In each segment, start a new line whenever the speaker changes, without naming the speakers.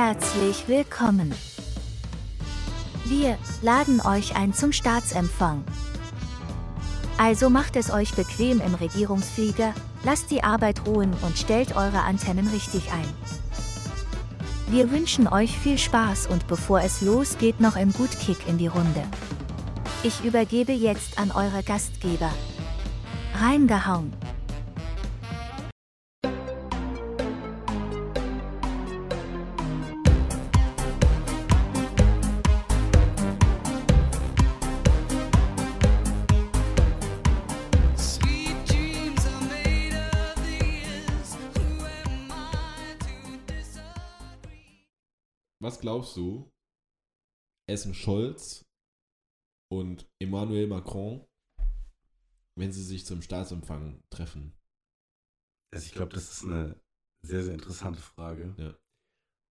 Herzlich willkommen. Wir laden euch ein zum Staatsempfang. Also macht es euch bequem im Regierungsflieger, lasst die Arbeit ruhen und stellt eure Antennen richtig ein. Wir wünschen euch viel Spaß und bevor es losgeht, noch ein gut Kick in die Runde. Ich übergebe jetzt an eure Gastgeber. Reingehauen.
Sweet dreams are made of these. Who am I to disagree?
Was glaubst du, essen Scholz und Emmanuel Macron, wenn sie sich zum Staatsempfang treffen?
Also ich glaube, das ist eine sehr, sehr interessante Frage.
Ja.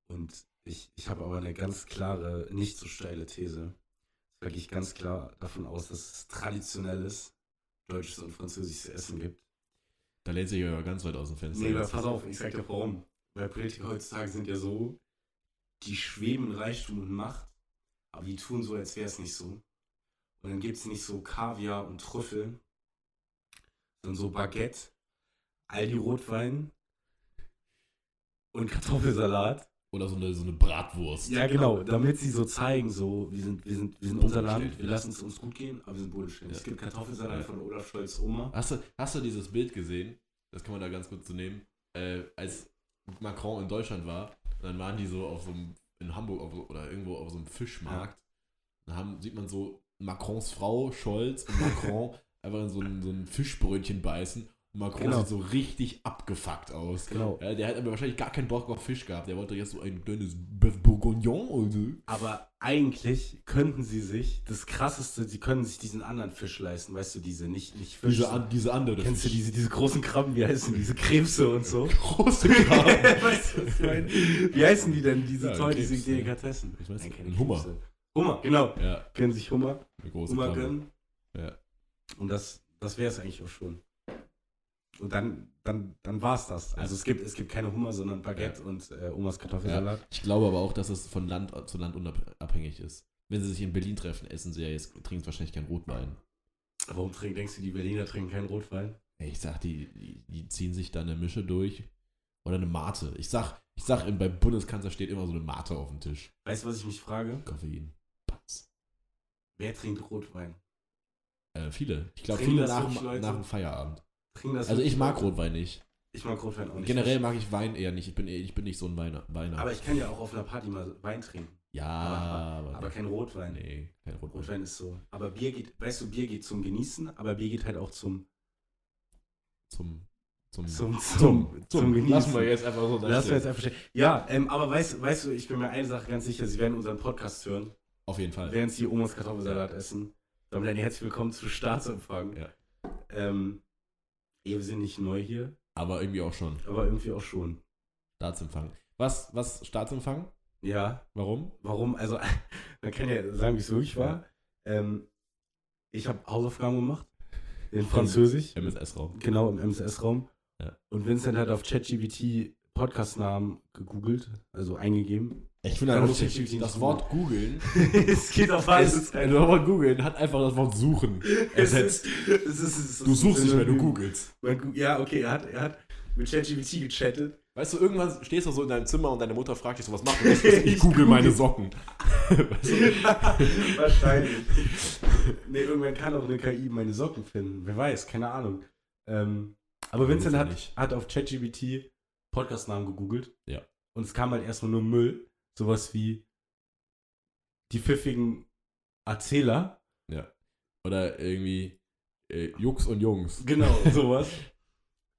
Und ich, ich habe aber eine ganz klare, nicht so steile These. Da gehe ich ganz klar davon aus, dass es traditionelles deutsches und französisches Essen gibt.
Da lehnt sich aber ganz weit aus dem Fenster.
Nee, aber pass auf, ich sag dir warum. Weil Politiker heutzutage sind ja so, die schweben in Reichtum und Macht, aber die tun so, als wäre es nicht so. Und dann gibt es nicht so Kaviar und Trüffel, sondern so Baguette, Aldi-Rotwein und Kartoffelsalat.
Oder so eine, so eine Bratwurst.
Ja, genau, damit sie so zeigen, so, wir sind, wir sind, wir sind unser Land, wir lassen es uns gut gehen, aber wir sind bodenständig.
Ja.
Es gibt Kartoffelsalat
Ja.
von Olaf Scholz Oma.
Hast du, hast du dieses Bild gesehen? Das kann man da ganz kurz zu nehmen. Äh, als Macron in Deutschland war, dann waren die so auf so einem, in Hamburg auf, so- oder irgendwo auf so einem Fischmarkt. Dann haben, sieht man so Macrons Frau, Scholz und Macron einfach in so ein, so ein Fischbrötchen beißen. Und Macron
Genau.
sieht so richtig abgefuckt aus.
Genau.
Ja, der hat aber wahrscheinlich gar keinen Bock auf Fisch gehabt. Der wollte jetzt so ein dünnes Bœuf Bourguignon oder so.
Aber eigentlich könnten sie sich das krasseste, sie können sich diesen anderen Fisch leisten, weißt du, diese nicht, nicht Fische.
Diese, an, diese andere.
Kennst du diese, diese großen Krabben, wie heißen die? diese Krebse und so?
große Krabbe.
weißt du, was ich meine? Wie heißen die denn, diese
Ja,
tollen,
Krebs,
diese
ja.
Delikatessen?
Was meinst du?
keine
Ein Hummer.
Krebse. Hummer, genau.
Ja,
Können sich Hummer,
eine große
Hummer
Krabbe.
gönnen.
Ja.
Und das, das wäre es eigentlich auch schon. Und dann, dann, dann war es das. Also es gibt, es gibt keine Hummer, sondern Baguette und äh, Omas Kartoffelsalat.
Ich glaube aber auch, dass es von Land zu Land unabhängig ist. Wenn sie sich in Berlin treffen, essen sie ja jetzt, trinken sie wahrscheinlich keinen Rotwein.
Warum trinken, denkst du, die Berliner trinken keinen Rotwein?
Ey, Ich sag, die, die, die ziehen sich da eine Mische durch. Oder eine Mate. Ich sag, ich sag, im- beim Bundeskanzler steht immer so eine Mate auf dem Tisch.
Weißt du, was ich mich frage?
Koffein. Patz.
Wer trinkt Rotwein?
Äh, viele. Ich glaube,
Trinken
viele
das
nach,
wirklich
dem-
Leute?
nach dem Feierabend.
Trinken das
Also ich
wirklich
mag
Leute?
Rotwein nicht.
Ich mag Rotwein auch nicht.
Generell mag ich Wein eher nicht. Ich bin, eh- ich bin nicht so ein Weiner. Weiner.
Aber ich kann ja auch auf einer Party mal Wein trinken.
ja,
aber-
aber,
aber kein Rotwein.
Nee, kein Rotwein.
Rotwein ist so. Aber Bier geht, weißt du, Bier geht zum Genießen, aber Bier geht halt auch zum
Zum, zum,
zum zum, zum, Genießen.
Lassen wir jetzt einfach so da
Lassen wir
stehen.
jetzt einfach stehen. Ja, ähm, aber weißt, weißt du, ich bin mir eine Sache ganz sicher, sie werden unseren Podcast hören,
Auf jeden Fall.
während sie Omas Kartoffelsalat essen. Damit ein herzlich willkommen zu Staatsempfang.
Ja.
Ähm, eh, wir sind nicht neu hier,
Aber irgendwie auch schon.
aber irgendwie auch schon.
Staatsempfang. Was, was Staatsempfang?
Ja,
Warum?
warum, also man kann ja sagen, wie es wirklich war. Ähm, ich habe Hausaufgaben gemacht in Französisch,
MSS-Raum.
genau im MSS-Raum.
Ja.
Und Vincent hat auf ChatGPT Podcast-Namen gegoogelt, also eingegeben.
Ich finde
Kann
einfach
ich
lustig,
definitiv
das
nicht
Wort googeln,
es geht auf
ist, das Wort googeln hat einfach das Wort suchen
Es
ersetzt.
ist, es ist, es ist,
Du suchst nicht mehr, du googelst.
Man gu- Ja, okay, er hat, er hat mit ChatGPT gechattet.
Weißt du, irgendwann stehst du so in deinem Zimmer und deine Mutter fragt dich so, was machst du? Ich, ich google meine Socken.
Wahrscheinlich. nee, irgendwann kann auch eine KI meine Socken finden. Wer weiß, keine Ahnung. Ähm, aber Vincent
Weiß ich
hat,
nicht.
hat auf ChatGPT Podcast-Namen gegoogelt.
Ja.
Und es kam halt erstmal nur Müll. Sowas wie die pfiffigen Erzähler.
Oder irgendwie äh, Jux und Jungs.
Genau, sowas.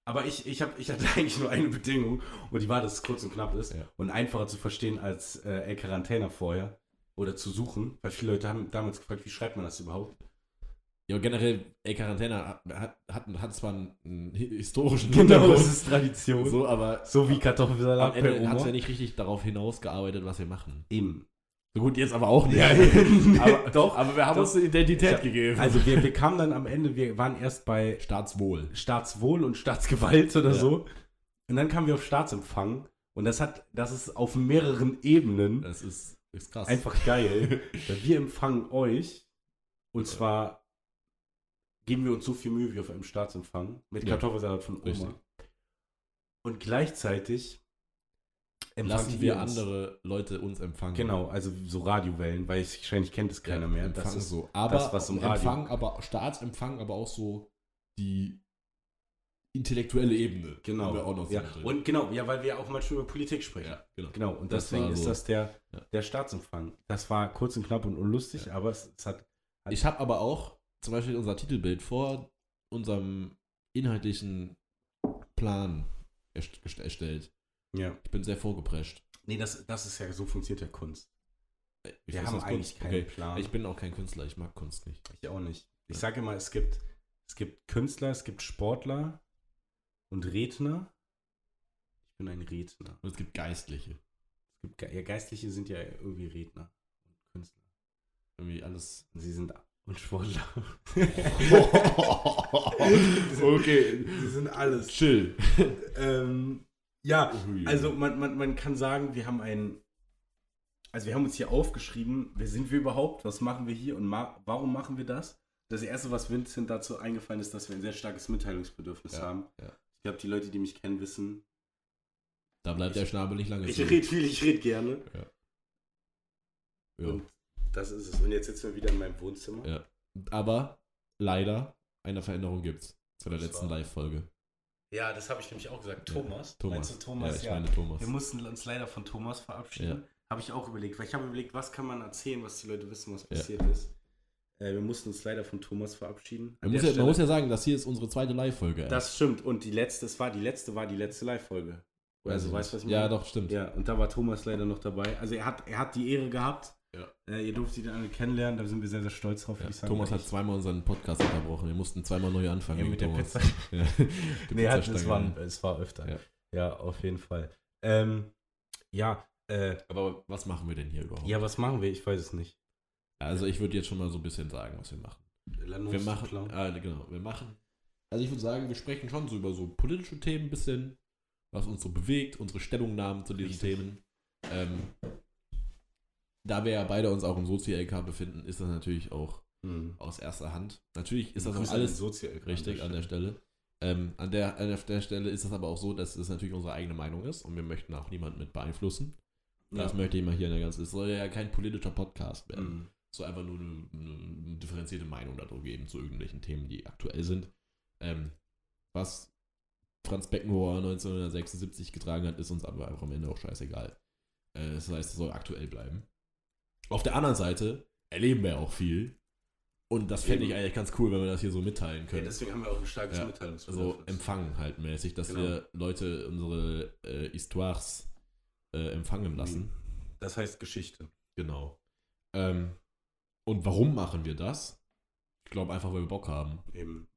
Aber ich, ich, hab, ich hatte eigentlich nur eine Bedingung und die war, dass es kurz und knapp ist
Ja.
und einfacher zu verstehen als äh, El Quarantäner vorher oder zu suchen, weil viele Leute haben damals gefragt, wie schreibt man das überhaupt?
Ja, aber generell, ey, Quarantäne hat, hat, hat, hat zwar einen, einen hi- historischen
das
Hintergrund,
ist Tradition. So,
Genau. so, aber
wie
am
Kartoffelsalat bei
Ende hat
Oma.
es ja nicht richtig darauf hinausgearbeitet, was wir machen.
Eben.
So gut, jetzt aber auch nicht.
aber,
aber,
doch.
aber wir haben
doch.
uns eine Identität
Ja.
gegeben.
also wir, wir kamen dann am Ende, wir waren erst bei
Staatswohl.
Staatswohl und Staatsgewalt oder
Ja.
so. Und dann kamen wir auf Staatsempfang Und das hat, das ist auf mehreren Ebenen
Das ist, ist krass.
einfach geil. weil wir empfangen euch und
Ja.
zwar geben wir uns so viel Mühe wie auf einem Staatsempfang mit
Ja.
Kartoffelsalat von Oma.
Richtig.
Und gleichzeitig
Lassen
empfangt
wir
ihr uns.
andere Leute uns empfangen.
Genau, also so Radiowellen, weil ich, wahrscheinlich kennt es keiner
ja,
mehr.
Empfang
Das ist,
so. Aber
das, was im Radio-
Empfang, aber Staatsempfang, aber auch so die intellektuelle Ebene.
Genau.
Haben Wir auch noch so
ja.
drin.
Und genau, ja, weil wir auch manchmal über Politik sprechen.
ja, genau.
Genau, und
Das
deswegen
war
ist
so-
das der,
Ja.
der Staatsempfang. Das war kurz und knapp und unlustig, aber es, es hat.
Ich habe aber auch zum Beispiel unser Titelbild vor unserem inhaltlichen Plan erst- gest- erstellt.
Ja.
Ich bin sehr vorgeprescht.
Nee, das, das ist ja, so funktioniert ja Kunst.
Ich
Wir
weiß,
haben
was
eigentlich
Kunst-
keinen
okay.
Plan.
Ich bin auch kein Künstler, ich mag Kunst nicht.
Ich auch nicht. Ich
Ja.
sage immer, es gibt, es gibt Künstler, es gibt Sportler und Redner. Ich bin ein Redner.
Und es gibt Geistliche.
Es gibt, Ge- ja, Geistliche sind ja irgendwie Redner und Künstler.
Irgendwie alles.
Und sie sind und Sportler.
okay.
Sie sind alles.
Chill.
Ähm, ja, Also man, man, man kann sagen, wir haben ein, also wir haben uns hier aufgeschrieben, wer sind wir überhaupt, was machen wir hier und ma warum machen wir das? Das Erste, was Vincent dazu eingefallen ist, dass wir ein sehr starkes Mitteilungsbedürfnis
Ja,
haben.
ja.
Ich glaube, die Leute, die mich kennen, wissen,
da bleibt der Schnabel nicht lange.
ich
zu.
rede viel, ich rede gerne.
Ja.
Das ist es. Und jetzt sitzen wir wieder in meinem Wohnzimmer.
Ja. Aber leider eine Veränderung gibt's zu der
Das
letzten
war-
Live-Folge.
Ja, das habe ich nämlich auch gesagt.
Thomas.
Meinst du Thomas?
Ja, ich meine Thomas.
Wir mussten uns leider von Thomas verabschieden. Habe ich auch überlegt, weil ich habe überlegt, was kann man erzählen, was die Leute wissen, was
Ja.
passiert ist. Äh, wir mussten uns leider von Thomas verabschieden. An
Man muss,
der
ja, man muss
Stelle-
ja sagen, das hier ist unsere zweite Live-Folge. ey.
das stimmt. Und die letzte, es war die letzte, war die letzte Live-Folge.
Weiß
Also
ich
weißt du,
nicht.
was ich meine?
Ja, doch, stimmt.
Ja, und da war Thomas leider noch dabei. Also er hat, er hat die Ehre gehabt.
Ja.
Äh, ihr durftet ihn alle kennenlernen, da sind wir sehr, sehr stolz drauf.
Ja,
würde ich sagen.
Thomas hat zweimal unseren Podcast unterbrochen. Wir mussten zweimal neu anfangen.
ja,
wegen
mit der
Thomas.
Pizza.
Ja. Die
Nee, hat, es,
Pizzastange.
war, es war öfter.
Ja.
Ja, auf jeden Fall. Ähm, ja, äh,
Aber was machen wir denn hier überhaupt?
ja, was machen wir? Ich weiß es nicht.
Also ich würde jetzt schon mal so ein bisschen sagen, was wir machen. Wir machen, äh, genau, wir machen. Also ich würde sagen, wir sprechen schon so über so politische Themen ein bisschen, was uns so bewegt, unsere Stellungnahmen zu diesen
Richtig.
Themen. Ähm, da wir ja beide uns auch im Sozi-LK befinden, ist das natürlich auch
Mhm.
aus erster Hand. Natürlich ist das
Grüße
auch
an den
alles
Sozial
Richtig, an der Stelle. Ähm, an, der, an der- der Stelle ist es aber auch so, dass es natürlich unsere eigene Meinung ist und wir möchten auch niemanden mit beeinflussen. Das
Ja.
möchte ich mal hier in der ganzen. Es soll ja kein politischer Podcast werden.
Mhm.
Es soll einfach nur eine, eine differenzierte Meinung dazu geben zu irgendwelchen Themen, die aktuell sind. Ähm, was Franz Beckenbauer 1976 getragen hat, ist uns aber auch am Ende auch scheißegal. Äh, das heißt, es soll aktuell bleiben. Auf der anderen Seite erleben wir auch viel. Und das fände ich
Eben.
eigentlich ganz cool, wenn wir das hier so mitteilen
Ja,
können.
deswegen haben wir auch ein starkes
Ja,
Mitteilungsbedürfnis.
Also empfangen halt mäßig, dass
Genau.
wir Leute unsere äh, Histoires äh, empfangen
Mhm.
lassen.
Das heißt Geschichte.
Genau. Ähm, und warum machen wir das? Ich glaube einfach, weil wir Bock haben.
Eben.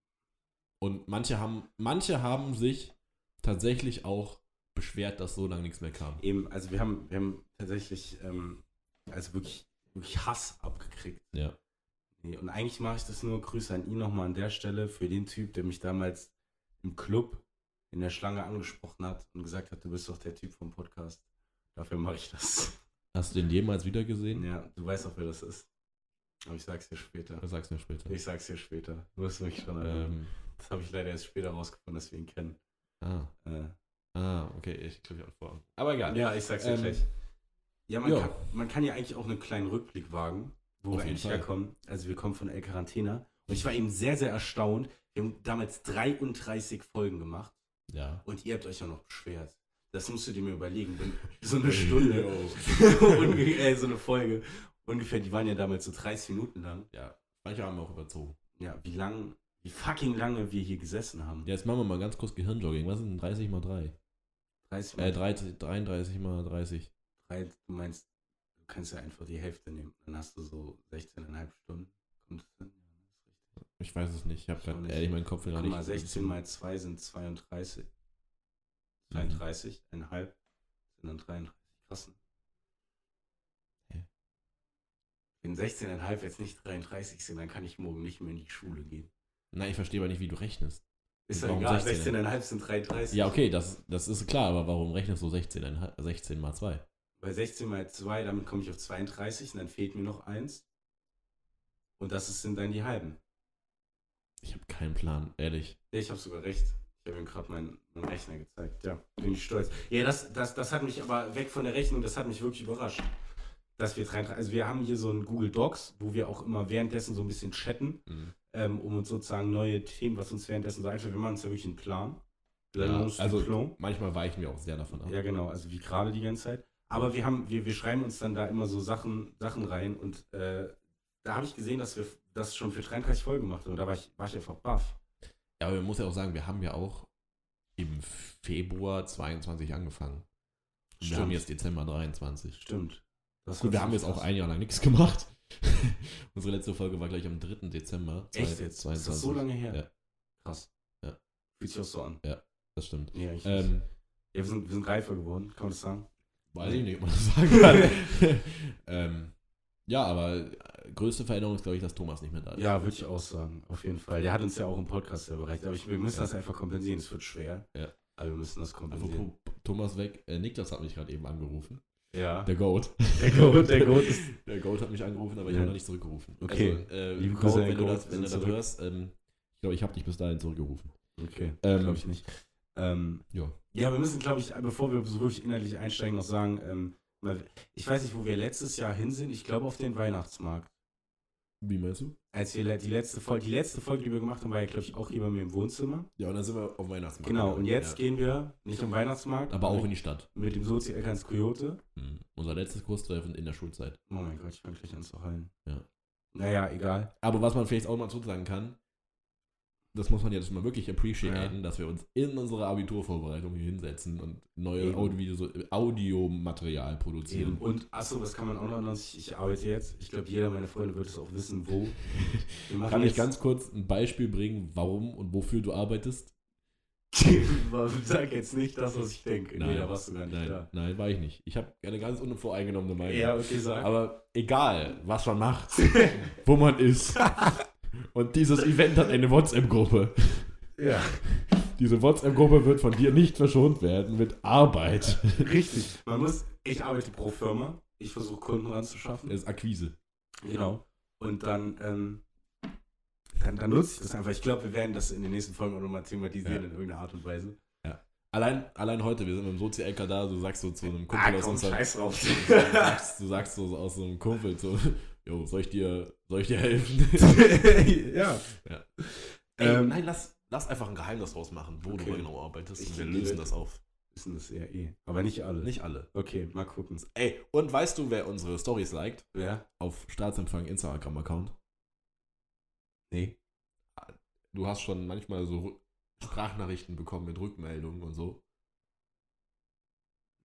Und manche haben, manche haben sich tatsächlich auch beschwert, dass so lange nichts mehr kam.
Eben, also wir haben, wir haben tatsächlich ähm, also wirklich, wirklich Hass abgekriegt.
Ja.
Nee, und eigentlich mache ich das nur, Grüße an ihn nochmal an der Stelle, für den Typ, der mich damals im Club in der Schlange angesprochen hat und gesagt hat, du bist doch der Typ vom Podcast. Dafür mache ich das.
Hast du den jemals wieder gesehen?
Ja, du weißt auch, wer das ist. Aber ich sag's dir später.
Das sagst du mir später.
Ich sag's dir später. Du wirst mich schon erinnern.
Ähm,
Das habe ich leider erst später rausgefunden, dass wir ihn kennen.
ah,
Äh,
ah, okay, ich glaube, ich habe vor. Aber egal.
ja, ich sag's dir
ähm,
gleich. Ja, man
ja.
kann, man kann ja eigentlich auch einen kleinen Rückblick wagen, wo wir
Auf jeden
eigentlich
Fall.
herkommen. Also wir kommen von El Quarantena. Und ich war eben sehr, sehr erstaunt. Wir haben damals 33 Folgen gemacht
Ja.
und ihr habt euch ja noch beschwert. Das musst du dir mir überlegen. Wenn so eine Stunde,
Yo.
unge- äh, so eine Folge, ungefähr, die waren ja damals so 30 Minuten lang.
ja. Manche haben auch überzogen.
Ja, wie lang, wie fucking lange wir hier gesessen haben.
Jetzt machen wir mal ganz kurz Gehirnjogging. Was sind denn 30 mal 3?
30
Äh,
Minuten.
30, 33 mal 30.
Drei, du meinst, du kannst ja einfach die Hälfte nehmen. Dann hast du so 16,5 Stunden. Kommst du hin?
Ich weiß es nicht. Ich habe
Ich auch
gerade
nicht.
ehrlich meinen Kopf gar
Guck
nicht.
mal, 16 mal 2 sind 32.
Mhm.
32, einhalb sind dann 33. Krass. ne?
Hä?
Wenn 16,5 jetzt nicht 33 sind, dann kann ich morgen nicht mehr in die Schule gehen.
Nein, ich verstehe aber nicht, wie du rechnest.
Ist ja
Warum
egal,
16?
16,5 sind 3,30.
Ja, okay, das, das ist klar, aber warum rechnest du 16, einha- 16 mal 2?
Bei 16 mal 2, damit komme ich auf 32 und dann fehlt mir noch eins. Und das ist- sind dann die halben.
Ich habe keinen Plan, ehrlich.
Ja, ich habe sogar recht. Ich habe ihm gerade meinen, meinen Rechner gezeigt. Ja, bin ich stolz. Ja, das, das, das hat mich aber weg von der Rechnung, das hat mich wirklich überrascht. Dass wir 33, also wir haben hier so einen Google Docs, wo wir auch immer währenddessen so ein bisschen chatten,
Mhm.
ähm, um uns sozusagen neue Themen, was uns währenddessen so einfällt. Wir machen uns ja wirklich einen Plan. Plan,
also-
Plan.
Manchmal weichen wir auch sehr davon ab.
Ja, genau, also wie gerade die ganze Zeit. Aber wir haben, wir, wir schreiben uns dann da immer so Sachen, Sachen rein und äh, da habe ich gesehen, dass wir das schon für 33 Folgen gemacht haben. Und da war ich, war ich einfach baff.
Ja, aber man muss ja auch sagen, wir haben ja auch im Februar 22 angefangen. Und wir
Stimmt.
haben jetzt Dezember 23.
Stimmt. Das
Gut,
hat
wir
sich
haben jetzt auch
krass-
ein Jahr lang nichts gemacht. Unsere letzte Folge war gleich am 3. Dezember
Echt jetzt? Ist das so lange her?
Ja.
Krass.
Ja.
Fühlt sich auch so an.
Das stimmt.
Ja, ich ja
Ähm,
wir, sind, wir sind reifer geworden, kann man das sagen?
weiß ich nicht, ob man das sagen kann. ähm, ja, aber größte Veränderung ist, glaube ich, dass Thomas nicht mehr da ist.
Ja, würde ich auch sagen, auf jeden Fall. Der hat uns ja auch im Podcast sehr bereicht, aber ich, wir müssen
Ja.
das einfach kompensieren. Es wird schwer,
Ja.
aber wir müssen das kompensieren.
Apropos Also Thomas weg, äh, Niklas hat mich gerade eben angerufen.
Ja,
Der Goat.
der Goat, der Goat ist
Der Goat hat mich angerufen, aber ich
Ja.
habe noch nicht zurückgerufen.
Okay.
Also, äh,
Liebe
Goat,
Grüße an
wenn du
Goat,
das, wenn
sind
du das
zurück.
hörst, ähm, ich glaube, ich habe dich bis dahin zurückgerufen.
Okay,
Ähm,
glaube ich nicht. Ähm,
Ja.
ja, wir müssen, glaube ich, bevor wir so wirklich inhaltlich einsteigen, noch sagen, ähm, mal- ich weiß nicht, wo wir letztes Jahr hin sind. Ich glaube, auf den Weihnachtsmarkt.
Wie meinst du?
Als wir le- die letzte Folge, die letzte Folge, die wir gemacht haben, war ja, glaube ich, auch hier bei mir im Wohnzimmer.
Ja, und dann sind wir auf Weihnachtsmarkt.
Genau, und jetzt
ja.
gehen wir nicht am Weihnachtsmarkt,
Aber auch in die Stadt.
mit dem Sozi Elkans Coyote.
Mhm. Unser letztes Kurstreffen in der Schulzeit.
Oh mein Gott, ich fange gleich an zu heulen.
Ja.
Naja, egal.
Aber was man vielleicht auch mal dazu sagen kann, das muss man jetzt mal wirklich appreciaten, dass wir uns in unserer Abiturvorbereitung hier hinsetzen und neues
Eben.
Audio- Audiomaterial
Eben.
produzieren.
Ähm, Und achso, was kann man auch noch annoncen? Ich, ich arbeite jetzt. Ich glaube, jeder meiner Freunde wird es auch wissen, wo. Wir machen
Kann ich
jetzt-
ganz kurz ein Beispiel bringen, warum und wofür du arbeitest?
Sag jetzt nicht das, was ich denke. Nee, da warst du gar nicht
nein,
da.
nein, war ich nicht. Ich habe eine ganz unvoreingenommene Meinung.
Ja, okay, sag.
Aber egal, was man macht, wo man ist. Und dieses Event hat eine WhatsApp-Gruppe.
ja,
Diese WhatsApp-Gruppe wird von dir nicht verschont werden mit Arbeit.
richtig. Man muss, ich arbeite pro Firma. Ich versuche Kunden ranzuschaffen.
Das ist Akquise.
Genau. Und dann, ähm, dann, dann nutze ich das einfach. Ich glaube, wir werden das in den nächsten Folgen auch nochmal thematisieren
Ja.
in irgendeiner Art und Weise.
Allein, allein heute, wir sind mit dem Sozi-Ecker da, du sagst so zu
Ah,
einem Kumpel aus unserem.
scheiß drauf.
Du sagst, du sagst so aus so einem Kumpel so, jo, soll ich dir, soll ich dir helfen?
ja.
Ja.
Ähm,
nein, lass, lass einfach ein Geheimnis draus machen, wo
Okay.
du genau arbeitest.
Ich
und wir
liebe-
lösen das auf.
Wissen das ja eh. Aber nicht alle.
Nicht alle.
Okay, mal gucken.
Ey, und weißt du, wer unsere Stories liked?
Wer?
Auf Staatsempfang Instagram-Account.
Nee.
Du hast schon manchmal so Rü- Sprachnachrichten bekommen mit Rückmeldungen und so.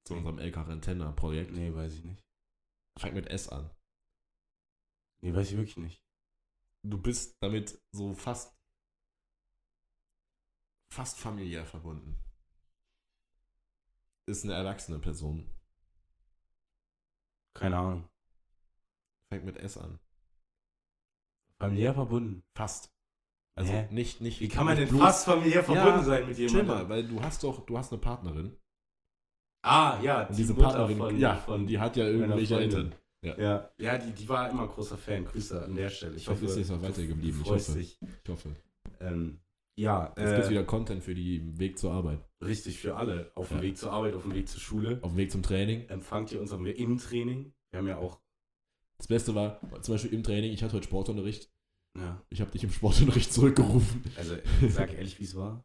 Zu unserem LK-Antenna-Projekt.
Nee, weiß ich nicht.
Fängt mit S an.
Nee, weiß ich wirklich nicht.
du bist damit so fast fast familiär verbunden. Ist eine erwachsene Person.
Keine Ahnung.
Fängt mit S an.
Familiär verbunden.
Fast. Also
Hä?
nicht, nicht.
Wie kann man
nicht
denn
bloß-
fast familiär verbunden
Ja,
sein mit
Chill mal,
jemandem?
weil du hast doch, du hast eine Partnerin.
Ah, ja,
Und diese
Mutter
Partnerin, ja, und die hat ja irgendwelche
meiner
Eltern.
Freundin. Ja, ja die, die war immer großer Fan. Grüße an der Stelle.
Ich hoffe, es ist auch
du
weitergeblieben. Ich
freust
hoffe.
dich.
Ich hoffe.
Ähm, ja,
Jetzt gibt's
äh,
wieder Content für die Weg zur Arbeit.
richtig für alle. Auf dem
Ja.
Weg zur Arbeit, auf dem Weg zur Schule.
Auf dem Weg zum Training.
Empfangt ihr uns auch mehr im Training. Wir haben ja auch,
Das Beste war, zum Beispiel im Training, ich hatte heute Sportunterricht.
ja,
Ich habe dich im Sportunterricht zurückgerufen.
also sag ehrlich, wie es war.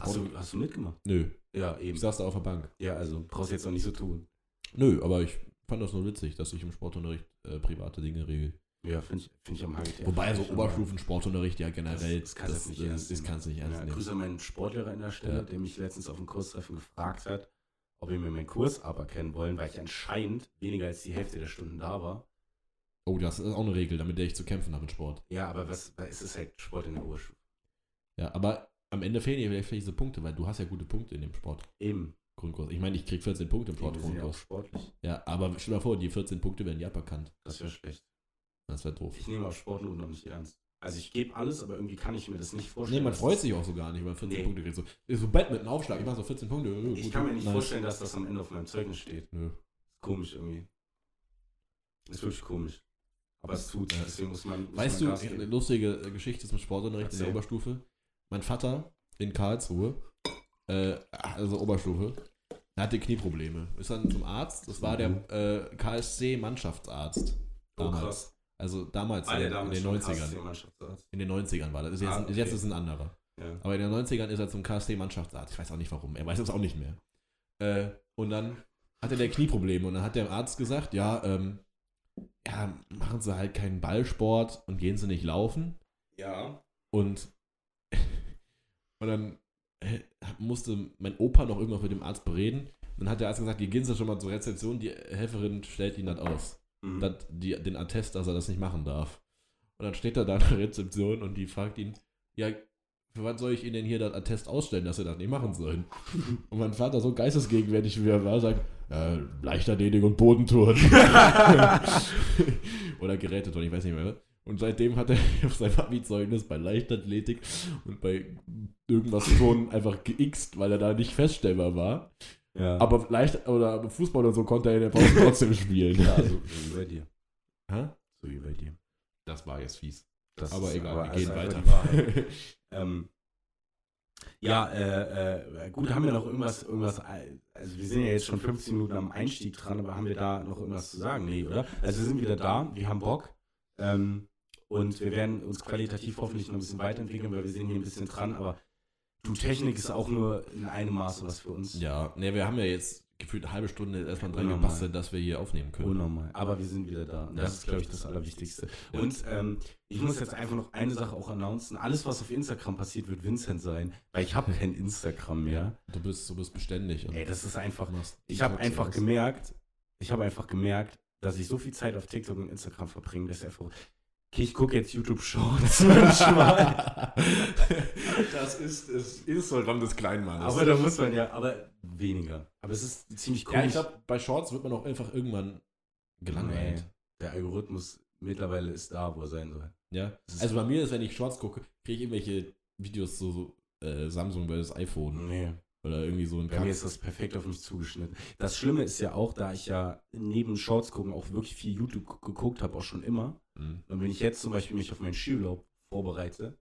Hast du, hast du mitgemacht?
Nö,
Ja,
ich
eben.
saß da auf der Bank.
Ja, also brauchst jetzt auch nicht so tun.
Nö, aber ich fand das nur witzig, dass ich im Sportunterricht äh, private Dinge regel.
Ja, finde ich, find ich am Hagel.
Wobei so Oberstufen-Sportunterricht ja generell,
Das- das kannst du jetzt nicht
äh,
ernst
das
nehmen.
kannst du nicht ernst
Ja,
nehmen.
Grüße an meinen Sportlehrer an der Stelle,
Ja.
der mich letztens auf dem Kurstreffen gefragt hat, ob wir mir meinen Kurs aber kennen wollen, weil ich anscheinend weniger als die Hälfte der Stunden da war.
Oh, das ist auch eine Regel, damit der ich zu kämpfen habe im Sport.
Ja, aber was, weil es ist halt Sport in der Oberschule.
Ja, aber am Ende fehlen dir vielleicht diese Punkte, weil du hast ja gute Punkte in dem Sport.
Eben.
Grundkurs. Ich meine, ich krieg 14 Punkte im
Eben, wir sind ja auch
Sportgrundkurs.
sportlich.
Ja, aber stell dir mal vor, die 14 Punkte werden ja aberkannt.
Das wäre schlecht.
Das wäre doof.
Ich nehme auch Sportnoten noch nicht ernst. Also ich gebe alles, aber irgendwie kann ich mir das nicht vorstellen.
Nee, man
dass
freut
das-
sich auch so gar nicht, wenn man 14
Nee.
Punkte kriegt. So, so Bett mit einem Aufschlag, ich mach so 14 Punkte. äh,
Ich
gut,
kann mir nicht
nice.
vorstellen, dass das am Ende auf meinem Zeugnis steht.
Nö.
Komisch irgendwie. Ist wirklich komisch. Aber es tut, ne?
Ja.
deswegen muss man. Muss
Weißt
man
du,
Gas
eine
geben.
lustige äh, Geschichte zum Sportunterricht in der
Erzähl.
Oberstufe. Mein Vater in Karlsruhe, äh, also Oberstufe, der hatte Knieprobleme. Ist dann zum Arzt, das war
Mhm.
der äh, KSC-Mannschaftsarzt.
oh,
damals.
krass.
Also damals,
War der
in,
Ah, damals
in
schon
den
krass,
90ern.
der Mannschaftsarzt?
In den 90ern war das. Ist jetzt,
Ah,
ist jetzt
okay.
ist ein anderer.
Ja.
Aber in den 90ern ist er zum KSC-Mannschaftsarzt. Ich weiß auch nicht warum. Er weiß es auch nicht mehr. Äh, und dann hatte der Knieprobleme. Und dann hat der Arzt gesagt: Ja, ähm, ja, machen Sie halt keinen Ballsport und gehen Sie nicht laufen.
ja.
Und, und dann äh, musste mein Opa noch irgendwas mit dem Arzt bereden. Dann hat der Arzt gesagt, die gehen Sie schon mal zur Rezeption, die Helferin stellt ihn das aus.
Mhm.
Das, die, den Attest, dass er das nicht machen darf. Und dann steht er da an der Rezeption und die fragt ihn, ja, für was soll ich Ihnen denn hier das Attest ausstellen, dass Sie das nicht machen sollen? Und mein Vater, so geistesgegenwärtig wie er war, sagt, äh, Leichtathletik und Bodentouren. Oder Geräteturnen, ich weiß nicht mehr. ne? Und seitdem hat er auf seinem Abi-Zeugnis bei Leichtathletik und bei irgendwas Turnen einfach geixt, weil er da nicht feststellbar war.
ja.
Aber leicht oder Fußball und so konnte er in der Pause trotzdem spielen.
ja, so so wie bei dir.
Hä?
So wie bei dir.
Das war jetzt fies.
Das
aber
ist
egal, wir
also
gehen
einfach
weiter.
die Wahrheit. ähm, ja, äh, äh, gut, haben wir noch irgendwas, irgendwas, äh, also wir sind ja jetzt schon 15 Minuten am Einstieg dran, aber haben wir da noch irgendwas zu sagen? Nee, oder? Also wir sind wieder da, wir haben Bock ähm, und wir werden uns qualitativ hoffentlich noch ein bisschen weiterentwickeln, weil wir sind hier ein bisschen dran, aber du, Technik ist auch nur in einem Maße was für uns.
ja, ne, wir haben ja jetzt gefühlt eine halbe Stunde erstmal dran
Unnormal.
gebastelt, dass wir hier aufnehmen können.
Unnormal. Aber wir sind wieder da. Und das ist, glaube ich, das Allerwichtigste. Und ähm, ich muss jetzt einfach noch eine Sache auch announcen. Alles, was auf Instagram passiert, wird Vincent sein, weil ich habe kein Instagram mehr.
Du bist, du bist beständig. und
Ey, das ist einfach.
machst
Ich habe
Detox
einfach
aus.
gemerkt, ich habe einfach gemerkt, dass ich so viel Zeit auf TikTok und Instagram verbringe, dass ich einfach. Okay, ich gucke jetzt YouTube Shorts manchmal.
das ist halt das Instagram des Kleinmannes.
aber da muss man ja, aber weniger. Aber es ist ziemlich komisch.
ja, ich glaube, bei Shorts wird man auch einfach irgendwann gelangweilt.
Der Algorithmus mittlerweile ist da, wo er sein soll.
Ja.
Das ist-
Also bei mir ist, wenn ich Shorts gucke, kriege ich irgendwelche Videos so, so äh, Samsung versus iPhone
Nee.
oder irgendwie so ein
Mhm. Bei mir ist das perfekt auf mich zugeschnitten. Das Schlimme ist ja auch, da ich ja neben Shorts gucken auch wirklich viel YouTube gu- geguckt habe, auch schon immer.
Mhm.
Und wenn ich jetzt zum Beispiel mich auf meinen Skiurlaub vorbereite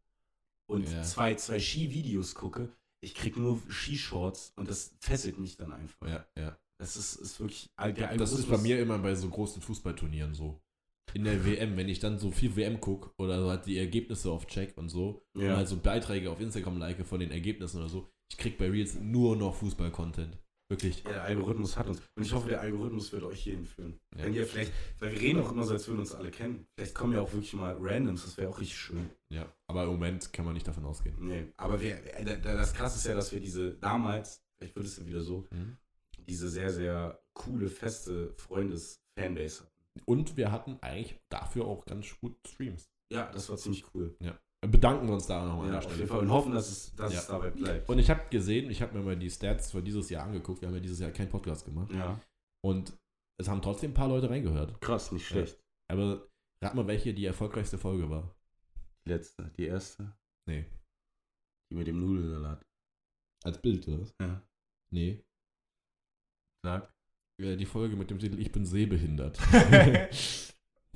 und
Ja.
zwei, zwei Ski-Videos gucke, ich krieg nur Skishorts und das fesselt mich dann einfach.
Ja, ja.
Das ist, ist wirklich all- der
Das ist
Algorithmus-
bei mir immer bei so großen Fußballturnieren so. In der WM, wenn ich dann so viel WM gucke oder so halt die Ergebnisse auf Check und so, und
Ja.
halt so Beiträge auf Instagram like von den Ergebnissen oder so, ich krieg bei Reels nur noch Fußball-Content. Wirklich.
der Algorithmus hat uns. Und ich hoffe, der Algorithmus wird euch hierhin führen.
Ja.
Wenn ihr vielleicht, weil wir reden auch immer so, als würden uns alle kennen. Vielleicht kommen ja auch wirklich mal Randoms, das wäre auch richtig schön.
Ja, aber im Moment kann man nicht davon ausgehen.
Nee, aber wir, äh, da- da- das Krasse ist ja, dass wir diese damals, vielleicht wird es ja wieder so,
Mhm.
diese sehr, sehr coole, feste Freundes-Fanbase hatten.
Und wir hatten eigentlich dafür auch ganz gut Streams.
Ja, das war ziemlich cool.
Bedanken wir uns da
Ja,
nochmal an der
auf jeden
Stelle.
Fall. Und hoffen, dass es, dass
Ja.
es dabei bleibt.
Und ich habe gesehen, ich habe mir mal die Stats für dieses Jahr angeguckt. Wir haben ja dieses Jahr keinen Podcast gemacht.
ja,
Und es haben trotzdem ein paar Leute reingehört.
krass, nicht
schlecht. Aber rat mal, welche die erfolgreichste Folge war.
Die letzte, die erste,
Nee.
die mit dem Nudelsalat.
Als Bild, oder? was?
Ja.
Nee.
Sag.
Äh, Die Folge mit dem Titel Ich bin sehbehindert.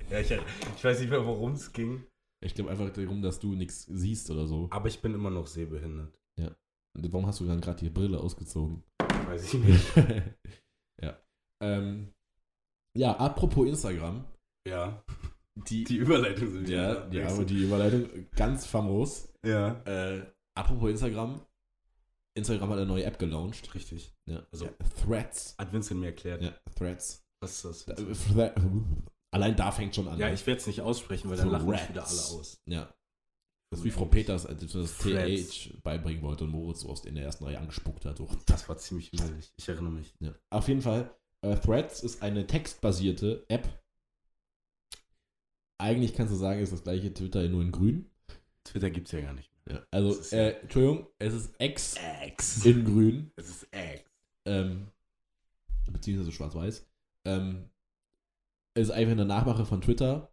Ja, ich, ich weiß nicht mehr, worum es ging.
ich glaube einfach darum, dass du nichts siehst oder so.
Aber ich bin immer noch sehbehindert.
Und Warum hast du dann gerade die Brille ausgezogen?
Weiß ich nicht.
ja. Ähm, ja, apropos Instagram.
Ja.
Die,
Überleitung sind
ja, ja, aber die Überleitung ganz famos.
Ja.
Äh, apropos Instagram. Instagram hat eine neue App gelauncht.
Richtig.
Ja,
also-
Threads.
Hat Vincent mir erklärt.
Ja, Threads.
Was ist
Da- Thre- Allein da fängt schon an.
Ja,
ne?
ich werde es nicht aussprechen, weil dann lachen mich
Threads.
wieder alle aus.
Ja. Das ist wie Frau Peters, als sie das
Threads.
TH beibringen wollte und Moritz Wurst in der ersten Reihe angespuckt hat. So.
Das war ziemlich widerlich. Ich erinnere mich.
Ja. Auf jeden Fall, äh, Threads ist eine textbasierte App. Eigentlich kannst du sagen, ist das gleiche Twitter nur in grün.
Twitter gibt es ja gar nicht
Ja. Also,
Das ist ja-
äh, Entschuldigung, es ist X
mehr. X.
in grün.
Es ist X.
ähm, beziehungsweise schwarz-weiß, ähm, ist einfach eine Nachmache von Twitter,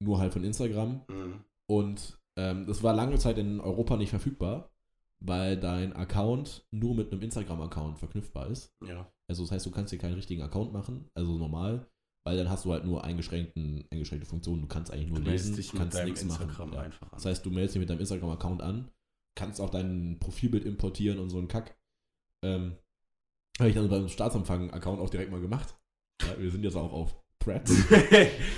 nur halt von Instagram
Mhm.
und Ähm, das war lange Zeit in Europa nicht verfügbar, weil dein Account nur mit einem Instagram-Account verknüpfbar ist.
Ja.
Also das heißt, du kannst dir keinen richtigen Account machen, also normal, weil dann hast du halt nur eingeschränkten, eingeschränkte Funktionen. Du kannst eigentlich nur
Du
lesen,
meldest dich mit
kannst
deinem
nichts
Instagram
machen. Ja.
einfach
Das
an.
heißt, du meldest dich mit deinem Instagram-Account an, kannst auch dein Profilbild importieren und so einen Kack. Ähm, Habe ich dann beim Staatsempfang-Account auch direkt mal gemacht. Ja, wir sind jetzt auch auf Threads.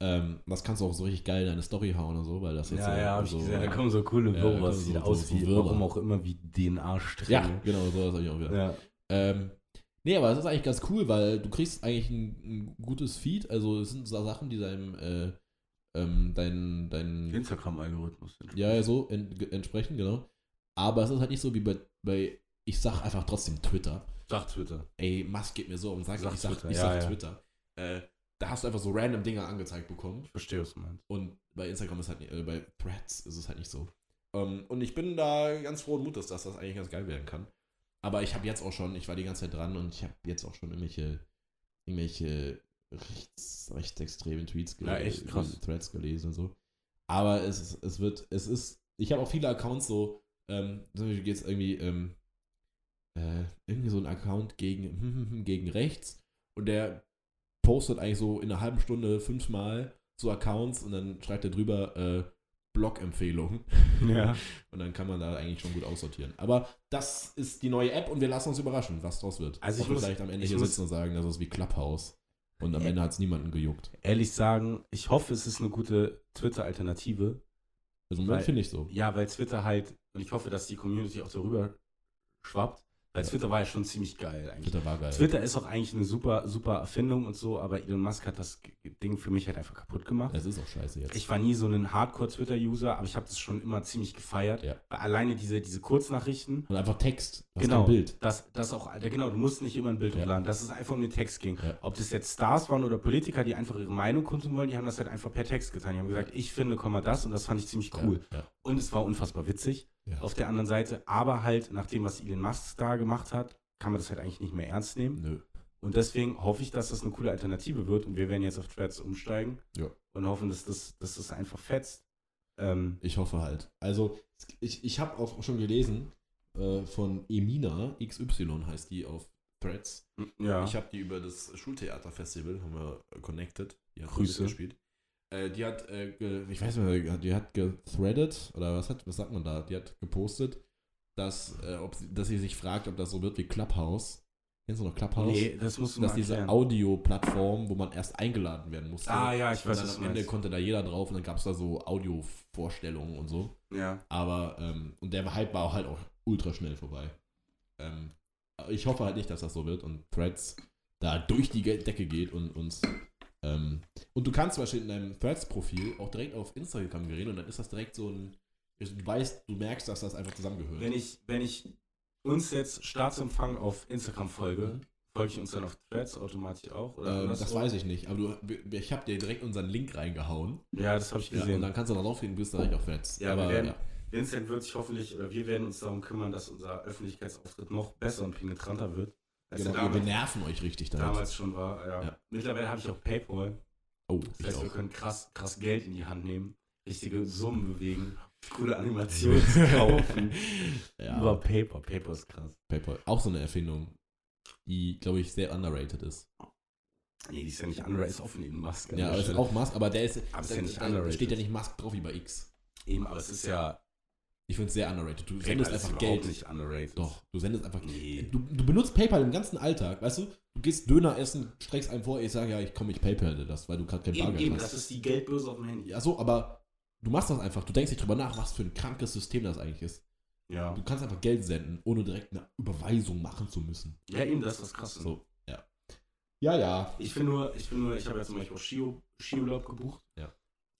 ähm, das kannst du auch so richtig geil in deine Story hauen oder so, weil das jetzt
ja, ja, hab ich
so,
gesehen. Da kommen also, so coole
Ja, da
Wirrwarrs,
kommen
die
so-
aus
so
wie
Wirrwarr.
warum auch immer wie DNA-Stränge.
Ja, genau, sowas habe ich auch wieder.
ja.
Ähm, nee, aber es ist eigentlich ganz cool, weil du kriegst eigentlich ein, ein gutes Feed. Also es sind so Sachen, die deinem, äh, ähm, dein, dein,
Instagram-Algorithmus.
ja, ja, so en, ge- entsprechen, genau. Aber es ist halt nicht so wie bei, bei ich sag einfach trotzdem Twitter.
Sag Twitter.
Ey, Musk geht mir so und sagt,
Sag
ich sag
Twitter,
Twitter. Ich
ja,
sag
ja.
Twitter. Äh, da hast du einfach so random Dinger angezeigt bekommen.
Ich verstehe, was du meinst.
Und bei Instagram ist halt, nicht- äh, bei Threads ist es halt nicht so. Ähm, und ich bin da ganz frohen Mutes, dass das eigentlich ganz geil werden kann. Aber ich habe jetzt auch schon, ich war die ganze Zeit dran und ich habe jetzt auch schon irgendwelche, irgendwelche rechts, rechtsextremen Tweets
Ja, echt
gele-
krass.
Threads gelesen und so. Aber es, ist- es wird, es ist, ich habe auch viele Accounts so, ähm, zum Beispiel geht es irgendwie, ähm, äh, irgendwie so ein Account gegen, gegen rechts und der postet eigentlich so in einer halben Stunde fünfmal so Accounts und dann schreibt er drüber äh, Blog-Empfehlung.
Ja.
Und dann kann man da eigentlich schon gut aussortieren. Aber das ist die neue App und wir lassen uns überraschen, was draus wird.
Also ich
Ob wir
muss-
vielleicht am Ende
ich
hier
muss-
sitzen und sagen, das ist wie Clubhouse. Und am
Äh.
Ende hat es niemanden gejuckt.
Ehrlich sagen, ich hoffe, es ist eine gute Twitter-Alternative.
Also im Moment
Weil-
finde ich so.
Ja, weil Twitter halt, und ich hoffe, dass die Community auch darüber schwappt, weil
Ja.
Twitter war ja schon ziemlich geil eigentlich.
Twitter war geil.
Twitter ist auch eigentlich eine super, super Erfindung und so, aber Elon Musk hat das G- Ding für mich halt einfach kaputt gemacht.
Es ist auch scheiße jetzt.
Ich war nie so ein Hardcore-Twitter-User, aber ich habe das schon immer ziemlich gefeiert.
Ja.
Weil Alleine diese, diese Kurznachrichten.
und einfach Text. Du hast
genau,
kein Bild.
Das, das auch, Alter, genau, du musst nicht immer ein Bild
Ja.
hochladen, dass es einfach um den Text ging.
Ja.
Ob das jetzt Stars waren oder Politiker, die einfach ihre Meinung kundtun wollen, die haben das halt einfach per Text getan. Die haben gesagt, ich finde, komm mal das und das fand ich ziemlich cool.
Ja, ja,
Und es war unfassbar witzig.
ja.
Auf der anderen Seite, aber halt nach dem, was Elon Musk da gemacht hat, kann man das halt eigentlich nicht mehr ernst nehmen.
Nö.
Und deswegen hoffe ich, dass das eine coole Alternative wird und wir werden jetzt auf Threads umsteigen
Ja.
und hoffen, dass das, dass das einfach fetzt. Ähm,
Ich hoffe halt. Also, ich, ich habe auch schon gelesen äh, von Emina, XY heißt die auf Threads.
ja.
Ich habe die über das Schultheaterfestival, haben wir äh, connected. Die hat
Grüße.
gespielt. Äh, die hat, äh, ge, ich weiß nicht mehr, die hat gethreadet, oder was hat, was sagt man da? Die hat gepostet, dass, äh, ob sie, dass sie sich fragt, ob das so wird wie Clubhouse. Kennst du noch Clubhouse?
nee, das musst du
Dass
mal
diese
erklären.
Audio-Plattform, wo man erst eingeladen werden musste.
Ah ja, ich
und
weiß,
dann
was du
am Ende
meinst.
konnte da jeder drauf und dann gab es da so Audio-Vorstellungen und so.
Ja.
Aber, ähm, und der Hype war halt auch ultra schnell vorbei. Ähm, ich hoffe halt nicht, dass das so wird und Threads da durch die Ge- Decke geht und uns. Ähm, und du kannst zum Beispiel in deinem Threads-Profil auch direkt auf Instagram gehen und dann ist das direkt so ein. Du weißt, du merkst, dass das einfach zusammengehört.
Wenn ich, wenn ich uns jetzt Staatsempfang auf Instagram folge, folge ich uns dann auf Threads automatisch auch? Oder
Mhm. ähm, das
andersrum?
weiß ich nicht, aber du, wir- ich habe dir direkt unseren Link reingehauen.
Ja, das habe ich
Ja,
gesehen.
und dann kannst du da draufklicken, bist direkt auf Threads.
Ja,
aber
wir werden-
ja,
Vincent wird sich hoffentlich, oder wir werden uns darum kümmern, dass unser Öffentlichkeitsauftritt noch besser und penetranter wird, als
genau,
er
wir
damals,
nerven euch richtig damit.
damals schon war. Ja.
Ja.
Mittlerweile habe ich auch Paypal.
oh,
Das
ich
heißt, wir
auch.
können krass, krass Geld in die Hand nehmen, richtige Summen bewegen, coole Animationen zu kaufen.
ja.
Über Paypal. Paypal ist krass.
PayPal. Auch so eine Erfindung, die, glaube ich, sehr underrated ist.
Nee, die ist ja nicht underrated, ist offen eben Musk. an
ja,
der
aber es ist
Stelle.
auch Musk, aber der ist,
Genau, Aber ist
da,
ja nicht
da
underrated.
steht ja nicht Musk drauf wie bei X.
eben, aber es ist ja
Ich finde es sehr underrated. Du
Paypal
sendest
ist
einfach
überhaupt
Geld.
nicht underrated.
Doch, du sendest einfach
Nee.
Geld. Du, du benutzt PayPal im ganzen Alltag, weißt du? Du gehst Döner essen, streckst einem vor, ich sage, ja, ich komme, ich PayPal dir das, weil du gerade kein
Eben,
Bargeld
eben, das
hast.
ist die Geldbörse auf dem Handy.
Ja, so, aber du machst das einfach. Du denkst nicht drüber nach, was für ein krankes System das eigentlich ist.
Ja.
Du kannst einfach Geld senden, ohne direkt eine Überweisung machen zu müssen.
ja, eben, das ist das Krasse.
So, ja. Ja, ja.
Ich bin nur, ich bin nur, ich habe jetzt zum Beispiel auch Skiur- Skiurlaub gebucht.
Ja.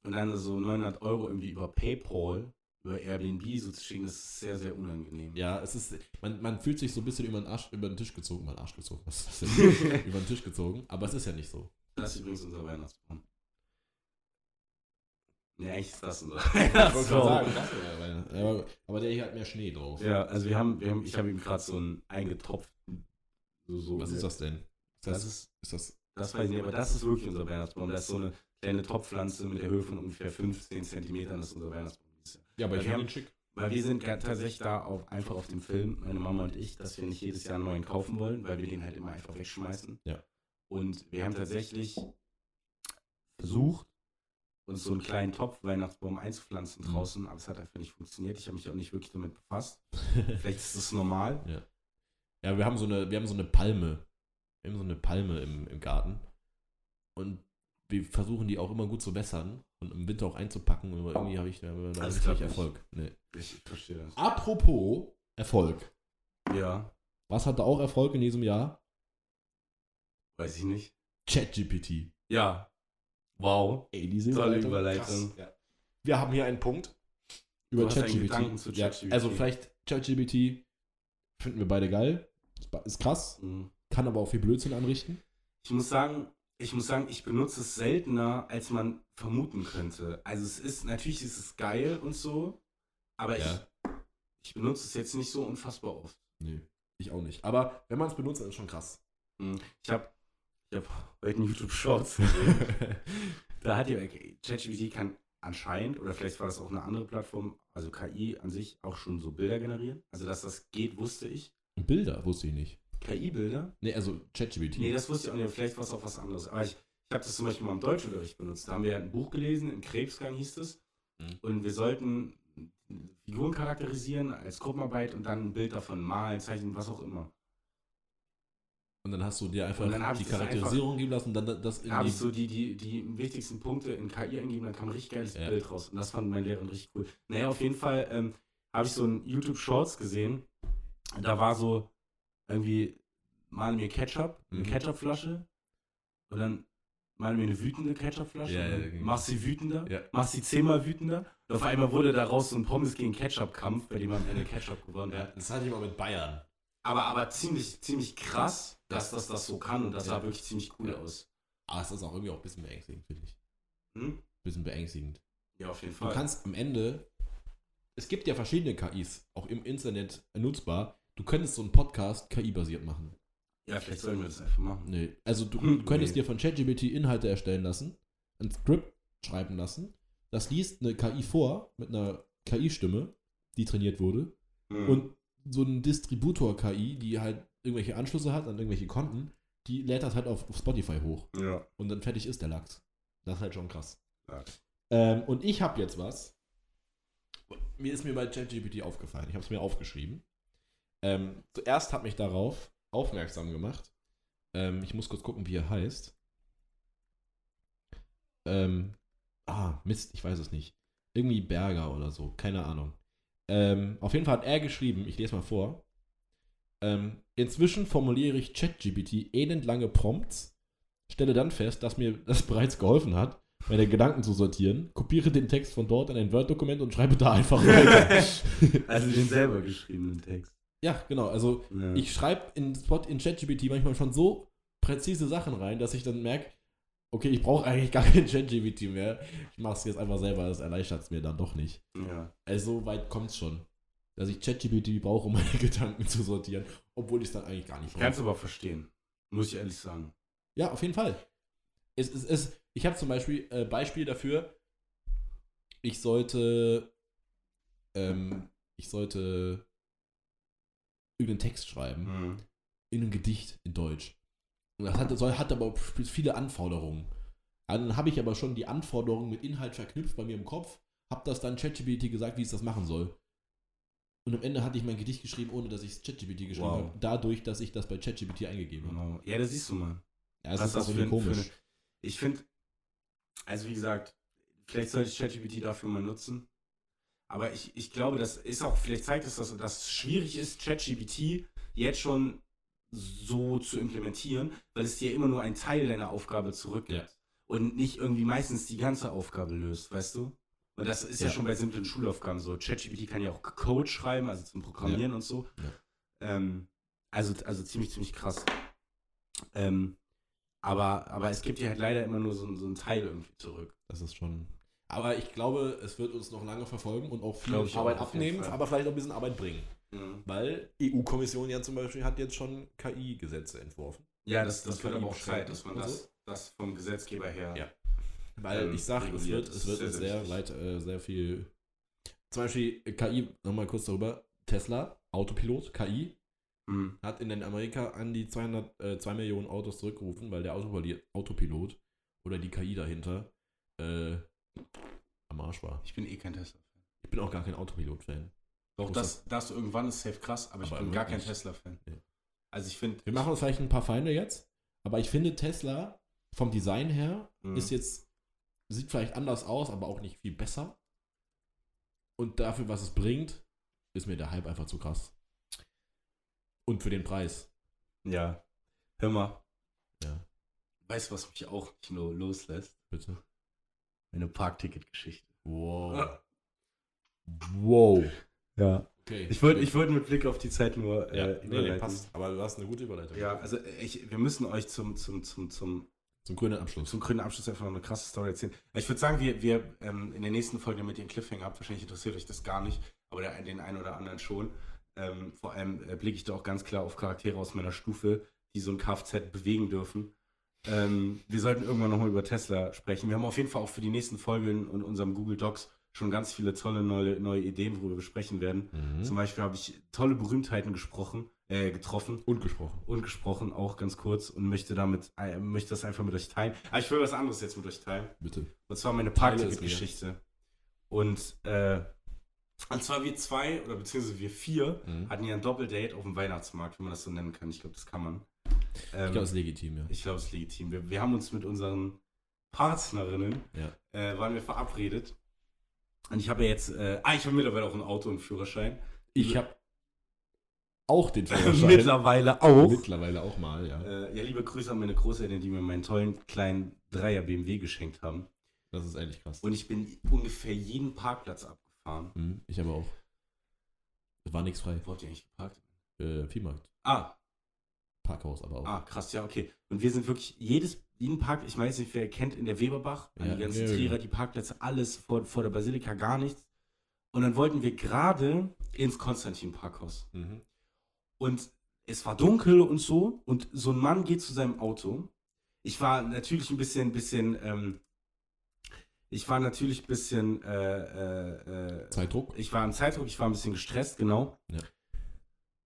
Und dann so 900 Euro irgendwie über PayPal, über Airbnb so zu schicken, das ist sehr, sehr unangenehm.
Ja, es ist, man, man fühlt sich so ein bisschen über den, Arsch, über den Tisch gezogen, mal Arsch gezogen, was ist das denn? über den Tisch gezogen, aber es ist ja nicht so.
das ist übrigens unser Weihnachtsbaum. Nee, eigentlich ist das unser
Ich wollte
Weihnachtsbaum.
gerade das wäre meine- aber, aber der hier hat mehr Schnee drauf.
Ja, also wir haben, wir haben ich habe ihm gerade so einen eingetopften. So, so äh,
Was ist das denn? Ist das,
Das ist,
ist das,
das weiß ich nicht, aber das ist wirklich unser Weihnachtsbaum. Das ist so eine kleine Topfpflanze mit der Höhe von ungefähr 15 Zentimetern, das ist unser Weihnachtsbaum. dieses
Ja, aber
Weil
ich
wir
finde
haben-
ihn schick.
Weil wir sind ganz tatsächlich da auf, einfach auf dem Film, meine Mama und ich, dass wir nicht jedes Jahr einen neuen kaufen wollen, weil wir den halt immer einfach wegschmeißen.
Ja.
Und wir haben tatsächlich versucht, uns so einen kleinen Topf Weihnachtsbaum einzupflanzen
Mhm.
draußen, aber es hat einfach nicht funktioniert. Ich habe mich auch nicht wirklich damit befasst. Vielleicht ist das normal.
Ja, wir haben so eine, wir haben so eine Palme. Wir haben so eine Palme im, im Garten. Und wir versuchen die auch immer gut zu wässern und im Winter auch einzupacken. Aber irgendwie habe ich da immer noch
Das
nicht
klappt
wirklich Erfolg. Nee.
Ich verstehe das.
Apropos Erfolg.
Ja,
Was hatte auch Erfolg in diesem Jahr?
weiß ich nicht.
ChatGPT.
Ja. Wow.
Ey, diese
Tolle
Überleitung.
Überleitung.
Krass, ja. Wir haben hier einen Punkt über
hast einen Gedanken
ChatGPT.
zu
Ja,
ChatGPT.
also vielleicht ChatGPT finden wir beide geil. Ist ba- Ist krass,
Mhm.
kann aber auch viel Blödsinn anrichten.
Ich muss sagen, ich muss sagen, ich benutze es seltener, als man vermuten könnte. Also es ist, natürlich ist es geil und so, aber
Ja.
ich, ich benutze es jetzt nicht so unfassbar oft.
Nee, ich auch nicht. Aber wenn man es benutzt, dann ist schon krass.
Ich habe ich hab heute einen YouTube-Shorts. da hat ja ChatGPT kann anscheinend, oder vielleicht war das auch eine andere Plattform, also KI an sich auch schon so Bilder generieren. Also dass das geht, wusste ich.
Bilder wusste ich nicht.
KI-Bilder?
Nee, also ChatGPT.
Nee, das wusste ich auch nicht. Vielleicht war es auch was anderes. Aber ich, ich habe das zum Beispiel mal im Deutschunterricht benutzt. Da haben wir ein Buch gelesen, im Krebsgang hieß es.
Mhm.
Und wir sollten Figuren charakterisieren als Gruppenarbeit und dann ein Bild davon malen, zeichnen, was auch immer.
und dann hast du dir einfach
Und dann hab
die
ich das
Charakterisierung geben lassen und dann das
Da habe ich so
irgendwie.
die, die, die wichtigsten Punkte in KI eingegeben, dann kam ein richtig geiles
Ja.
Bild raus. Und das fand meine Lehrerin richtig cool. Naja, auf jeden Fall ähm, habe ich so ein YouTube Shorts gesehen. Da war so irgendwie, mal mir Ketchup, eine
Mhm.
Ketchupflasche. Und dann mal mir eine wütende Ketchupflasche.
Ja,
und dann
ja, genau.
mach sie wütender,
Ja.
mach sie zehnmal wütender. Und auf einmal wurde daraus so ein Pommes gegen Ketchup-Kampf, bei dem man am Ende Ketchup gewonnen
ja,
hat.
das hatte ich mal mit Bayern.
Aber, aber ziemlich, ziemlich krass, dass das das so kann. Und das
Ja.
sah wirklich ziemlich cool
Ja.
aus.
Aber Ah, es ist auch irgendwie auch ein bisschen beängstigend, finde ich.
Hm?
bisschen beängstigend.
Ja, auf jeden
Du
Fall.
kannst am Ende, es gibt ja verschiedene KIs, auch im Internet nutzbar. Du könntest so einen Podcast KI-basiert machen.
Ja, vielleicht sollen wir das einfach machen.
Nee. Also du,
Hm,
du könntest
nee.
dir von ChatGPT Inhalte erstellen lassen, ein Skript schreiben lassen. Das liest eine KI vor mit einer KI-Stimme, die trainiert wurde.
Mhm. Hm.
Und so ein Distributor-KI, die halt irgendwelche Anschlüsse hat an irgendwelche Konten, die lädt das halt auf, auf Spotify hoch.
ja.
Und dann fertig ist der Lachs. Das ist halt schon krass.
Ja.
Ähm, und ich habe jetzt was. Mir ist mir bei ChatGPT aufgefallen. Ich habe es mir aufgeschrieben. Ähm, zuerst hat mich darauf aufmerksam gemacht. Ähm, ich muss kurz gucken, wie er heißt. Ähm, ah, Mist, ich weiß es nicht. Irgendwie Berger oder so, keine Ahnung. Ähm, auf jeden Fall hat er geschrieben, ich lese mal vor. Ähm, inzwischen formuliere ich ChatGPT elend lange Prompts, stelle dann fest, dass mir das bereits geholfen hat meine Gedanken zu sortieren, kopiere den Text von dort in ein Word-Dokument und schreibe da einfach weiter.
Also den selber geschriebenen Text.
ja, genau. Also
Ja.
ich schreibe in Spot in ChatGPT manchmal schon so präzise Sachen rein, dass ich dann merke, okay, ich brauche eigentlich gar kein ChatGPT mehr. Ich mache es jetzt einfach selber, das erleichtert es mir dann doch nicht.
ja.
Also so weit kommt es schon, dass ich ChatGPT brauche, um meine Gedanken zu sortieren, obwohl ich es dann eigentlich gar nicht brauche.
Kannst aber verstehen. Muss ich ehrlich sagen.
Ja, auf jeden Fall. Es, es, es, ich habe zum Beispiel äh, Beispiel dafür, ich sollte, ähm, ich sollte irgendeinen Text schreiben,
Mhm.
in einem Gedicht in Deutsch. Und das hat, soll, hat aber viele Anforderungen. Dann habe ich aber schon die Anforderungen mit Inhalt verknüpft bei mir im Kopf, habe das dann ChatGPT gesagt, wie es das machen soll. Und am Ende hatte ich mein Gedicht geschrieben, ohne dass ich es ChatGPT geschrieben
Wow.
habe, dadurch, dass ich das bei ChatGPT eingegeben habe.
Genau. Ja, das siehst du mal.
Ja, es
Was
ist auch
das
irgendwie
für ein- für
komisch.
Ich finde, also wie gesagt, vielleicht sollte ich ChatGPT dafür mal nutzen. Aber ich, ich glaube, das ist auch, vielleicht zeigt es, dass, dass es schwierig ist, ChatGPT jetzt schon so zu implementieren, weil es dir immer nur einen Teil deiner Aufgabe zurückgibt.
Ja.
Und nicht irgendwie meistens die ganze Aufgabe löst, weißt du? Und das ist ja,
Ja.
schon bei simplen Schulaufgaben so. ChatGPT kann ja auch Code schreiben, also zum Programmieren und so.
Ja.
Ähm, also, also ziemlich, ziemlich krass. Ähm, aber, aber es gibt dir halt leider immer nur so, so einen Teil irgendwie zurück.
Das ist schon. Aber ich glaube, es wird uns noch lange verfolgen und auch viel
Glaube ich auch,
Arbeit
auf jeden
abnehmen,
Fall. E
aber vielleicht auch ein bisschen Arbeit bringen. Mhm. Weil EU-Kommission ja zum Beispiel hat jetzt schon KI-Gesetze entworfen.
Ja, das, das,
Das
wird
kann
aber auch
ich beschreiben.
Zeit, dass man das, das vom Gesetzgeber her.
Ja. Weil
Ähm,
ich sage, es
reguliert
wird,
ist
es wird
sehr,
uns
sehr wichtig.
sehr weit, äh, sehr viel zum Beispiel äh, KI, nochmal kurz darüber, Tesla, Autopilot, KI,
Hm.
hat in den Amerika an die 200, äh, 2 Millionen Autos zurückgerufen, weil der Autopilot, Autopilot oder die KI dahinter äh, am Arsch war.
Ich bin eh kein Tesla.
Ich bin auch gar kein Autopilot-Fan.
Doch, das, das irgendwann ist safe krass, aber, ich
Aber
bin gar kein
wirklich.
Tesla-Fan.
Ja.
Also ich finde,
Wir machen uns vielleicht ein paar Feinde jetzt, aber ich finde Tesla vom Design her
Mhm.
ist jetzt, sieht vielleicht anders aus, aber auch nicht viel besser. Und dafür, was es bringt, ist mir der Hype einfach zu krass. Und für den Preis.
Ja. Hör mal.
Ja.
Weißt du, was mich auch nicht nur loslässt?
Bitte.
Meine Parkticket-Geschichte. Oh. Ah.
Wow. Wow.
Ja.
Okay.
Ich wollte ich wollt mit Blick auf die Zeit nur
ja,
äh,
nee, nee,
überleiten.
passt. Aber du hast eine gute Überleitung.
Ja, also äh, ich, wir müssen euch zum, zum, zum, zum,
Zum grünen Abschluss.
zum grünen Abschluss einfach noch eine krasse Story erzählen. Ich würde sagen, wir, wir ähm, in der nächsten Folge mit den Cliffhanger ab. Wahrscheinlich interessiert euch das gar nicht, aber der, den einen oder anderen schon. Ähm, vor allem äh, blicke ich da auch ganz klar auf Charaktere aus meiner Stufe, die so ein Kfz bewegen dürfen. Ähm, wir sollten irgendwann nochmal über Tesla sprechen. Wir haben auf jeden Fall auch für die nächsten Folgen und unserem Google Docs schon ganz viele tolle neue, neue Ideen, worüber wir sprechen werden.
Mhm.
Zum Beispiel habe ich tolle Berühmtheiten gesprochen, äh, getroffen
Und gesprochen.
und gesprochen, auch ganz kurz, und möchte damit, äh, möchte das einfach mit euch teilen. Aber ich will was anderes jetzt mit euch teilen.
Bitte.
Und zwar meine
Teile es mir.
Parkticket-Geschichte. Und, äh, und zwar wir zwei, oder beziehungsweise wir vier,
Mhm.
hatten ja ein Doppeldate auf dem Weihnachtsmarkt, wenn man das so nennen kann. Ich glaube, das kann man.
Ich
Ähm,
glaube, es ist legitim, ja.
ich glaube, es ist legitim. Wir, wir haben uns mit unseren Partnerinnen,
Ja.
äh, waren wir verabredet. Und ich habe ja jetzt, äh, ah, ich habe mittlerweile auch ein Auto und einen Führerschein.
Ich habe auch den
mittlerweile auch.
Mittlerweile auch mal, ja.
Äh, ja, liebe Grüße an meine Großeltern, die mir meinen tollen kleinen Dreier BMW geschenkt haben.
Das ist eigentlich krass.
Und ich bin ungefähr jeden Parkplatz abgefahren.
Mhm, ich aber auch. Es war nichts frei.
Wo habt ihr eigentlich geparkt?
Äh, Viehmarkt.
Ah,
Parkhaus aber auch.
ah, krass, ja, okay. Und wir sind wirklich jedes, jeden Park, ich weiß nicht, wer kennt in der Weberbach, an
Ja,
die ganzen
ja, ja.
Trierer, die Parkplätze, alles vor, vor der Basilika, gar nichts. Und dann wollten wir gerade ins Konstantin-Parkhaus.
Mhm.
Und es war dunkel und so. Und so ein Mann geht zu seinem Auto. Ich war natürlich ein bisschen, bisschen, ähm, ich war natürlich ein bisschen, äh, äh, äh,
Zeitdruck.
ich war im Zeitdruck, ich war ein bisschen gestresst, genau.
Ja.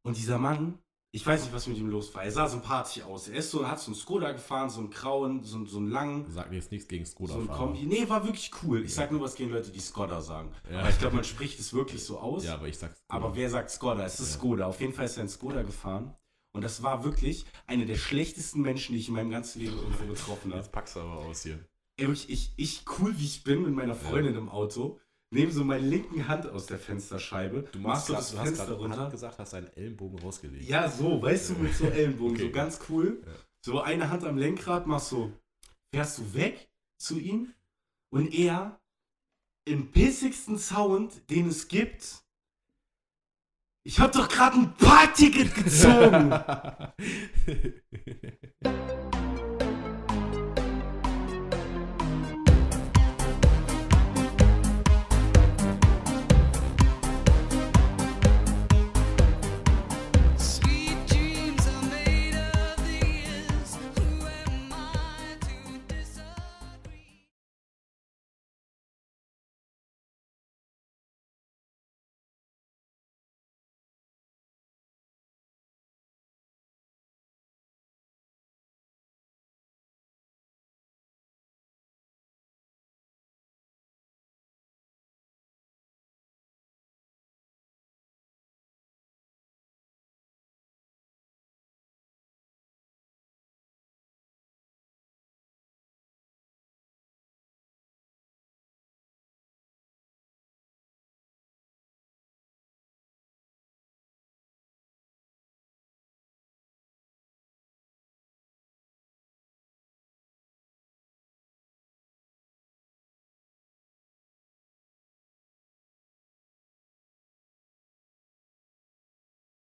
Und dieser Mann, ich weiß nicht, was mit ihm los war. Er sah sympathisch aus. Er ist so, hat so einen Skoda gefahren, so einen grauen, so, so einen langen.
Sag mir jetzt nichts gegen
So
Skoda.
ein
fahren.
Kombi. Nee, war wirklich cool. Ich sag nur was gegen Leute, die Skoda sagen.
Ja.
Aber ich glaube, man spricht es wirklich so aus.
ja, aber ich sag's.
Aber wer sagt Skoda? Es ist Skoda. Auf jeden Fall ist er in Skoda gefahren. Und das war wirklich einer der schlechtesten Menschen, die ich in meinem ganzen Leben irgendwo getroffen ne? habe.
Jetzt packst du aber aus hier.
Ey, wirklich, ich, ich, cool wie ich bin, mit meiner Freundin im Auto, nehme so meine linken Hand aus der Fensterscheibe, du machst so
grad-
das
du hast
Fenster
gerade
runter.
gesagt, hast deinen Ellenbogen rausgelegt.
Ja, so, weißt du, mit so Ellenbogen,
Okay.
so ganz cool.
Ja.
So eine Hand am Lenkrad, machst so, fährst du weg zu ihm und er im pissigsten Sound, den es gibt, ich hab doch gerade ein Parkticket gezogen.
Gezogen!